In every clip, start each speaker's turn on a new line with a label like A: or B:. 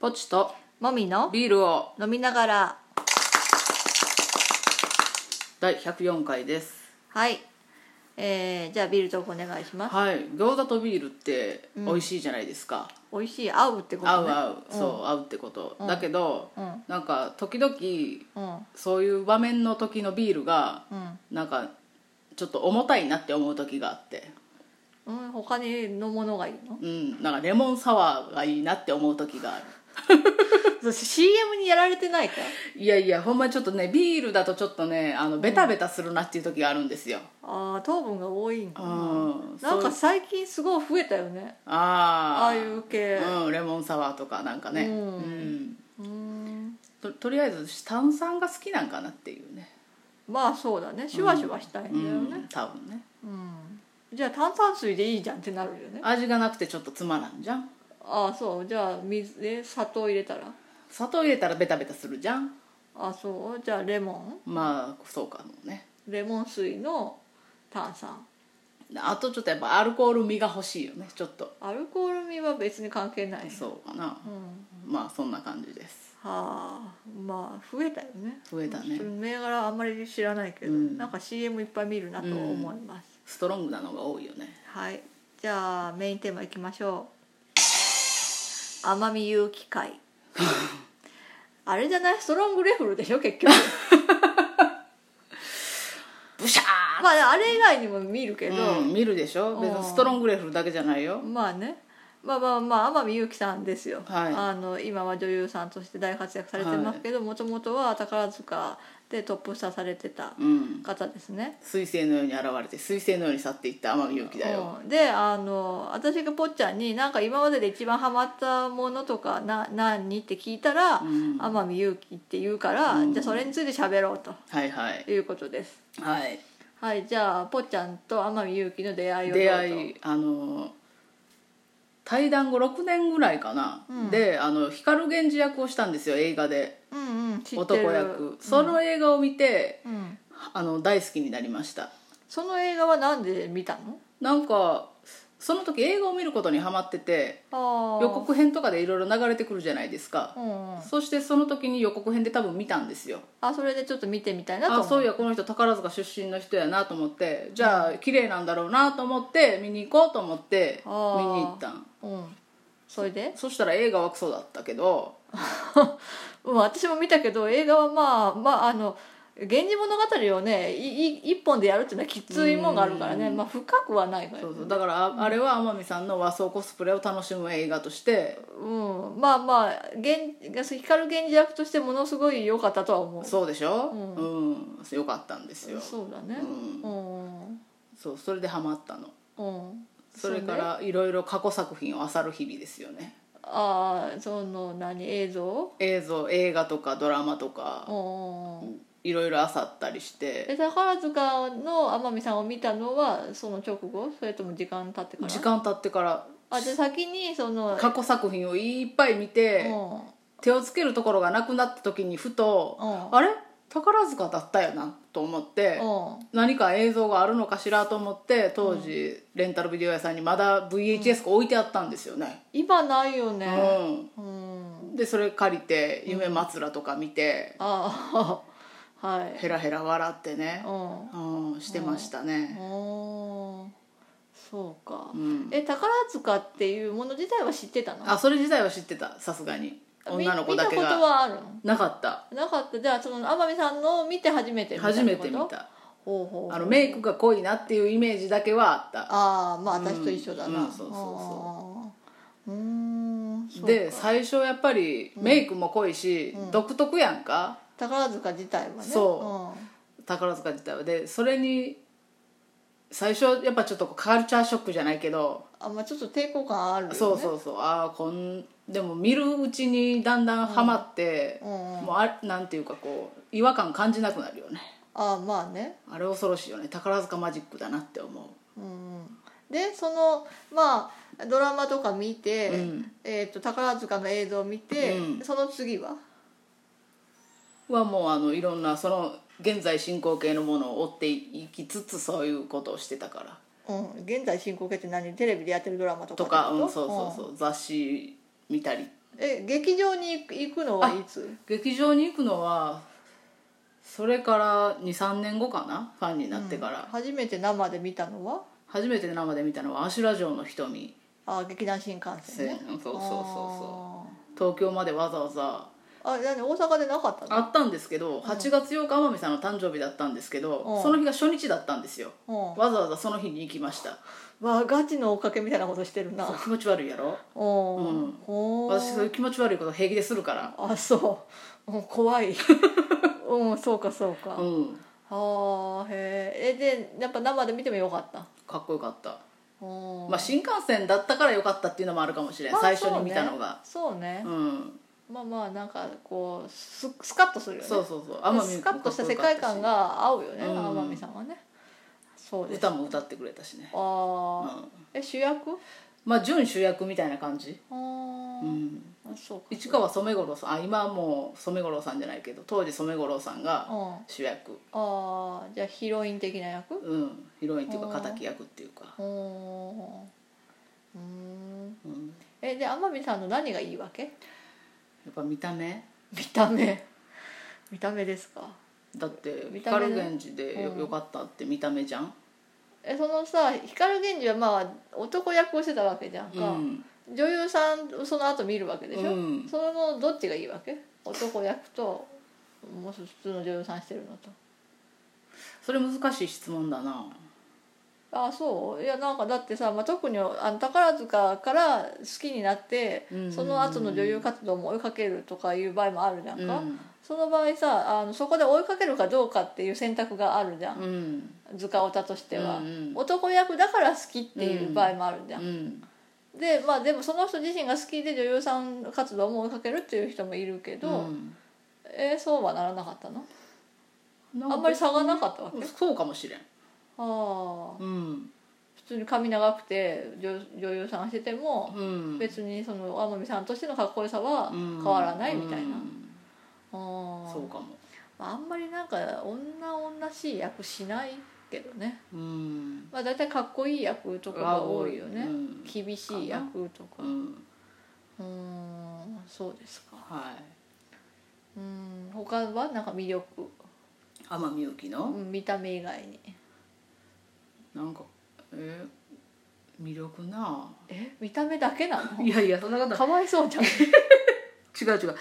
A: ポチと
B: もみの
A: ビールを
B: 飲みながら
A: 第104回です
B: はい、えー、じゃあビールトークお願いします
A: はい餃子とビールって美味しいじゃないですか、
B: 美味しい合うってことね
A: 合う合う、そう合うってこと、だけど、
B: うん
A: なんか時々
B: うん
A: そういう場面の時のビールがなんかちょっと重たいなって思う時があって
B: うん、うん、他にのものがいいの
A: うんなんかレモンサワーがいいなって思う時がある
B: そう CM にやられてないか
A: いやいやほんまにちょっとねビールだとちょっとねあのベタベタするなっていう時があるんですよ、
B: ああ糖分が多いんか
A: う
B: なんなん
A: そ
B: か
A: う
B: 最近すごい増えたよね
A: ああ
B: ああいう系
A: うん、レモンサワーとかなんかね、
B: うん
A: うん
B: うーん
A: ととりあえず炭酸が好きなんかなっていうね
B: まあそうだねシュワシュワしたいんだよ
A: う
B: ね
A: ん多分ね
B: うん、じゃあ炭酸水でいいじゃんってなるよね
A: 味がなくてちょっとつまらんじゃん
B: ああそうじゃあ水で砂糖入れたら
A: 砂糖入れたらベタベタするじゃん
B: ああそうじゃあレモ
A: まあそうかもね
B: ンレモン水の炭酸
A: あとちょっとやっぱアルコール味が欲しいよねちょっと
B: アルコール味は別に関係ない、
A: そうかな、
B: うん、
A: まあそんな感じです
B: はあまあ増えたよね
A: 増えたね
B: ちょっと銘柄はあんまり知らないけど、
A: うん
B: なんか CM いっぱい見るなと思います、
A: ストロングなのが多いよね
B: はいじゃあメインテーマいきましょう奄美有機 会あれじゃないストロングレフルでしょ結局
A: ブシャ
B: まああれ以外にも見るけど、
A: ーうん見るでしょ別
B: うん
A: にストロングレフルだけじゃないよ
B: まあねまあまあまあ天海祐希さんですよ、
A: はい
B: あの今は女優さんとして大活躍されてますけどもともとは宝塚でトップスターされてた
A: うん
B: 方ですね、
A: 彗星のように現れて彗星のように去っていった天海祐希だよ
B: うんであの私がぽっちゃんになんか今までで一番ハマったものとかな何って聞いたら、
A: ん
B: 天海祐希って言うから、
A: うん
B: じゃあそれについて喋ろう
A: はいはい
B: ということです
A: はい
B: はいじゃあぽっちゃんと天海祐希の出会いをどうぞ
A: 出会いあの対談後6年ぐらいかな、であの光源氏役をしたんですよ映画で
B: うんうん知って
A: 男
B: る
A: 役その映画を見て、
B: うん、
A: あの大好きになりました
B: その映画はなんで見たの
A: なんかその時映画を見ることにハマってて
B: ああ
A: 予告編とかでいろいろ流れてくるじゃないですか、
B: うんうん、
A: そしてその時に予告編で多分見たんですよ
B: あそれでちょっと見てみたいなと
A: あ
B: 思う
A: そういやこの人宝塚出身の人やなと思ってじゃあ綺麗なんだろうなと思って見に行こうと思って見に
B: あー
A: 行ったん
B: うん、それで、
A: そしたら映画はクソだったけど
B: うん、私も見たけど映画はまあまああの「源氏物語」をねいい一本でやるっていうのはきついもんがあるからね、まあ、深くはないから
A: そう
B: う
A: そうだからああれは天海さんの和装コスプレを楽しむ映画として
B: ん、まあまあ源光源氏役としてものすごい良かったとは思う
A: そうでしょ
B: うん
A: うん、よかったんですよ
B: そうだね
A: う
B: うん、うん
A: そうそれでハマったのそれからいろいろ過去作品を漁る日々ですよね
B: ああその何映像
A: 映像映画とかドラマと
B: う
A: か
B: んうん
A: いろいろ漁ったりして
B: え宝塚の天海さんを見たのはその直後それとも時間経ってから
A: 時間経ってから
B: あじゃあ先にその
A: 過去作品をいっぱい見
B: う
A: て
B: ん
A: 手をつけるところがなくなった時にふ
B: う
A: と
B: ん
A: あれ宝塚だったよなと思って
B: うん
A: 何か映像があるのかしらと思って当時レンタルビデオ屋さんにまだ VHS が置いてあったんですよね、
B: 今ないよ
A: う
B: ね
A: ん
B: うん
A: でそれ借りて「夢祭」とか見て
B: あ あはい
A: ヘラヘラ笑ってね
B: う、ん
A: うん、してましたね、
B: おーそうか
A: うん、
B: え宝塚っていうもの自体は知ってたの
A: あそれ自体は知ってたさすがに
B: み
A: 女の子だけ
B: 見たこと
A: が
B: はあるの
A: なかった
B: なかったじゃあその天海さんのを見て初めて見たって
A: 初め
B: こと
A: て見た
B: ほうほうほう
A: あのメイクが濃いなっていうイメージだけはあった
B: ああまあ私と一緒だな、
A: うんうんそうそう
B: ううーんそうか
A: で最初やっぱりメイクも濃いし、独特やんか
B: 宝塚自体はね
A: そ宝塚自体はでそれに最初やっぱちょっとカルチャーショックじゃないけど、
B: うん、あまあちょっと抵抗感あるよね
A: そうそうそうああこんでも見るうちにだんだんハマって、
B: うんうん
A: もうあれなんていうかこう違和感感じなくなるよね
B: あまあね
A: あれ恐ろしいよね宝塚マジックだなって思う
B: うんでそのまあドラマとか見て、
A: うん
B: えー、と宝塚の映像を見て、
A: うん
B: その次は
A: はもうあのいろんなその現在進行形のものを追っていきつつそういうことをしてたから
B: うん、現在進行形って何テレビでやってるドラマとか
A: とか、
B: って
A: うん、
B: こ
A: そうそうそう、雑誌見たり
B: え劇場に行く行くのはいつ
A: 劇場に行くのはそれから23年後かなファンになってから、
B: 初めて生で見たのは
A: 初めて生で見たのは「アシュラ城の瞳
B: あ劇団新幹」
A: せ
B: 線ね
A: そうそうそうそう東京までわざわざ
B: うそうあ何大阪でなかったの
A: あったんですけど8月8日天海さんの誕生日だったんですけ
B: う
A: ど
B: ん
A: その日が初日だったんですよ
B: うん
A: わざわざその日に行きました
B: わあガチの追っかけみたいなことしてるな
A: 気持ち悪いやろ
B: おう
A: うん
B: おう
A: 私そういう気持ち悪いこと平気でするから
B: あそううん怖い うんそうかそうか、
A: う
B: あ
A: ん
B: あへええでやっぱ生で見てもよかった
A: かっこよかった
B: うん
A: まあ新幹線だったからよかったっていうのもあるかもしれん
B: まあ
A: 最初に見たのが
B: そうね
A: う
B: そうね
A: ん
B: まあまあなんかこうススカッとするよね
A: そうそうそう
B: で
A: 天海
B: スカッとした世界観が合うよね
A: うん
B: 天海さんはねそうです
A: 歌も歌ってくれたしねう
B: ああ、
A: ん
B: え主役
A: まあ準主役みたいな感じ
B: あー、
A: うん
B: あそうか
A: 市川染五郎さんあ今はもう染五郎さんじゃないけど当時染五郎さん
B: う
A: が
B: んあ
A: 主役
B: あーじゃあヒロイン的な役
A: うんヒロインっていう
B: あ
A: か
B: ー
A: 敵役っていうか
B: うーん
A: うん
B: えで天海さんの何がいいわけ
A: やっぱ見た目
B: 見た目見た目ですか
A: だって
B: 見た目
A: 光
B: ね
A: 源氏でよ
B: うん
A: よかったって見た目じゃん
B: えそのさ光源氏はまあ男役をしてたわけじゃん
A: う
B: か、
A: ん
B: 女優さんその後見るわけでし
A: う
B: ょ、
A: ん
B: そのどっちがいいわけ男役ともう普通の女優さんしてるのと
A: それ難しい質問だな
B: あそういやなんかだってさ、まあ、特にあの宝塚から好きになって、
A: うん
B: その後の女優活動も追いかけるとかいう場合もあるじゃんか、
A: うん
B: その場合さあのそこで追いかけるかどうかっていう選択があるじゃん、
A: うん
B: 図鑑オタとしては、
A: うんうん
B: 男役だから好きっていう場合もあるじゃん、
A: うん
B: でまあでもその人自身が好きで女優さん活動も追いかけるっていう人もいるけど、
A: うん
B: えーそうはならなかったの
A: な
B: あんまり差がなかったわけ、あ
A: そうかもしれん
B: あ
A: うん
B: 普通に髪長くて女女優さんしてても
A: うん
B: 別にその天海さんとしてのかっこよさは変わらないみたいな、
A: うん
B: ああ
A: そうかも
B: あんまりなんか女女しい役しないけどね、
A: うん
B: まあ、大体かっこいい役とかが多いよね、
A: うん
B: 厳しい役とか
A: うん
B: うーんそうですか
A: はい。
B: うーん他はなんか魅力
A: 天海祐希
B: う
A: の
B: ん見た目以外に
A: なんかえー魅力な
B: え見た目だけなの
A: いやいやそんなこと
B: かわいそうじゃ ん
A: 違う違う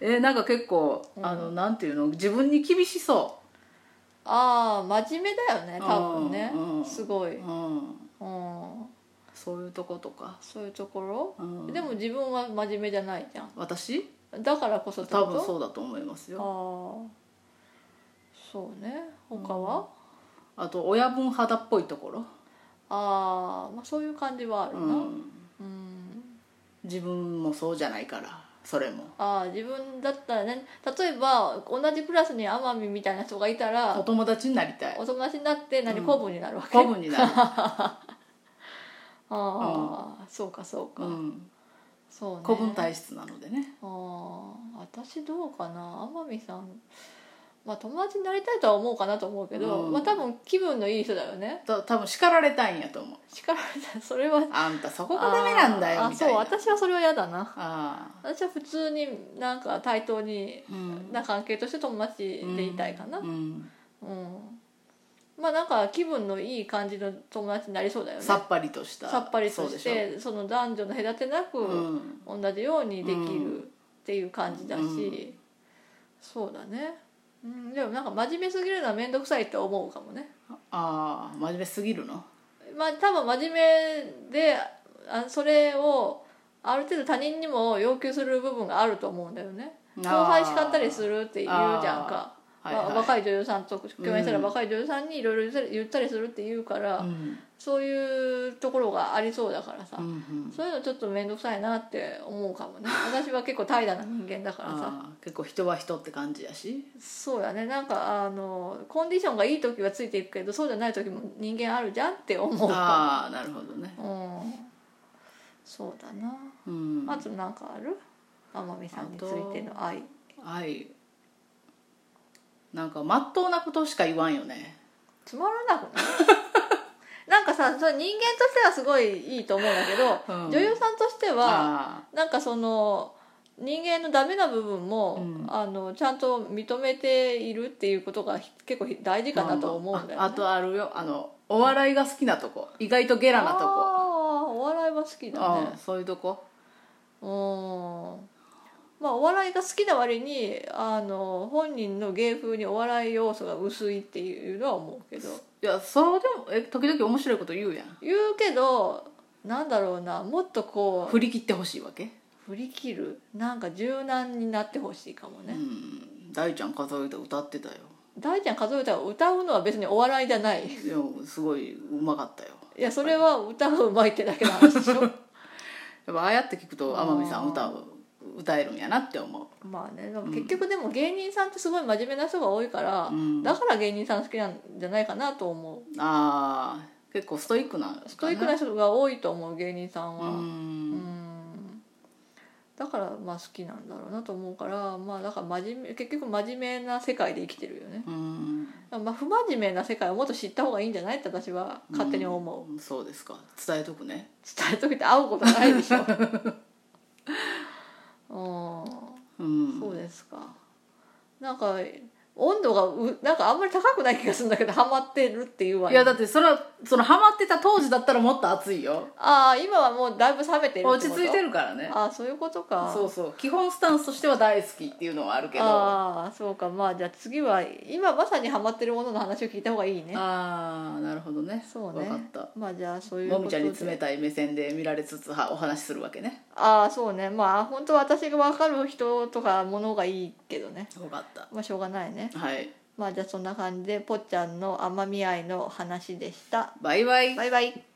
A: えーなんか結構
B: うん
A: あのなんていうの自分に厳しそ
B: ああ真面目だよね多分ね
A: うんうん
B: すご
A: う、
B: い、
A: う
B: うん、
A: ん、そういうとことか、
B: そういうところ、
A: うん、
B: でも自分は真面目じゃないじゃ
A: 私
B: んだからこそってこ
A: 多
B: と
A: 分そうだと思いますよ
B: ああそうね他は、
A: あと親分肌っぽいところ、
B: ああまあそういう感じはある
A: う
B: な、うん
A: ん、自分もそうじゃないからそれも
B: ああ自分だったらね例えば同じクラスに天海みたいな人がいたら
A: お友達になりたい
B: お友達になって何
A: うん
B: 古文になるわ け、
A: 古文になる、
B: ああ、そうかそうか、
A: うん、
B: そうね
A: 古文体質なのでね
B: ああ私どうかな天海さんまあ友達になりたいとは思うかなと思うけど、
A: うん
B: まあ多分気分のいい人だよね
A: た多分叱られたいんやと思う
B: 叱られたそれは
A: あんたそこがダメなんだ
B: あ
A: よ
B: ーあ
A: みたいな
B: そう私はそれは嫌だな
A: ああ
B: 私は普通になんか対等に
A: うん
B: な関係として友達でいたいかな
A: う
B: うん、
A: ん
B: まあなんか気分のいい感じの友達になりそうだよね
A: さっぱりとした
B: さっぱりと
A: そうで
B: し
A: しょ
B: てその男女の隔てなく、
A: うん
B: 同じようにでき
A: う
B: るっていう感じだし、
A: うん
B: そうだね、うん、でもなんか真面目すぎるのは面倒くさいって思うかもね
A: ああ真面目すぎるの
B: まあ多分真面目であそれをある程度他人にも要求する部分があると思うんだよね後輩叱ったりするって言うじゃん
A: あ
B: か、
A: ーはいはい
B: まあ若い女優さんと共演したら若い女優さんにいろいろ言ったりするって言うから、
A: うん
B: そういうところがありそうだからさ、
A: うんうん
B: そういうのちょっと面倒くさいなって思うか もね私は結構怠惰な人間だからさ
A: あー結構人は人って感じやし
B: そうやねなんかあのコンディションがいい時はついていくけどそうじゃない時も人間あるじゃんって思うか
A: ああなるほどね
B: もうんそうだな、
A: うん
B: あとなんかある天海さんについての愛
A: はいなんかまっとうなことしか言わんよね
B: つまらなくないなんかさそれ人間としてはすごいいいと思うんだけど、
A: うん
B: 女優さんとしては
A: あ
B: なんかその人間のダメな部分も、
A: うん
B: あのちゃんと認めているっていうことが結構大事
A: ー
B: かなと思うんだよね。
A: ああとあるよあのお笑いが好きなとこ意外とゲラなとこ
B: あーお笑いは好きだね
A: うんそういうとこ
B: うんまあお笑いが好きな割にあの本人の芸風にお笑い要素が薄いっていうのは思うけど
A: いやそうでもえ時々面白いこと言うやん
B: 言うけどなんだろうなもっとこ
A: 振り切ってほしいわけ、
B: う振り切るなんか柔軟になってほしいかも
A: う
B: ね、
A: ん大ちゃん数えて歌ってたよ
B: 大ちゃん数えたら歌うのは別にお笑いじゃない
A: でもすごいうまかったよ
B: いやそれは歌がうまいってだけの話で しょ
A: やっぱああやって聞くと
B: あー
A: 天海さん歌う歌えるんやなって思う
B: まあねでも結局でも芸人さんってすごい真面目な人が多いから、
A: うん
B: だから芸人さん好きなんじゃないかなと思う
A: ああ結構ストイックなのかな
B: ストイックな人が多いと思う芸人さん
A: う
B: は、うん
A: ん
B: だからまあ好きなんだろうなと思うからまあだから真面目結局真面目な世界で生きてるよね、
A: うん
B: まあ、不真面目な世界をもっと知った方がいいんじゃないって私は勝手に思う、
A: うんそうですか伝えとくね
B: 伝えときて会うことないでしょう
A: うん
B: んそうですかなんか温度がうなんかあんまり高くない気がするんだけどハマってるっていうわ
A: いやだってそれはそのハマってた当時だったらもっと熱いよ
B: ああ今はもうだいぶ冷めてるってこと
A: 落ち着いてるからね
B: ああそういうことか
A: そうそう基本スタンスとしては大好きっていうのはあるけどあ
B: ああそうかまあじゃあ次は今まさにハマってるものの話を聞いた方がいいね
A: あーなるほどね
B: そうね
A: 分かった
B: まあじゃあそういう
A: も
B: こ
A: み
B: と
A: ちゃんに冷
B: で
A: たい目線で見られつつはお話しするわけね
B: ああそうねまあ本当は私が分かる人とかものがいいけどね
A: 分かった
B: まあしょうがないね
A: はい
B: まあじゃあそんな感じでぽっちゃんの奄美愛の話でした
A: バイバイ
B: バイバイ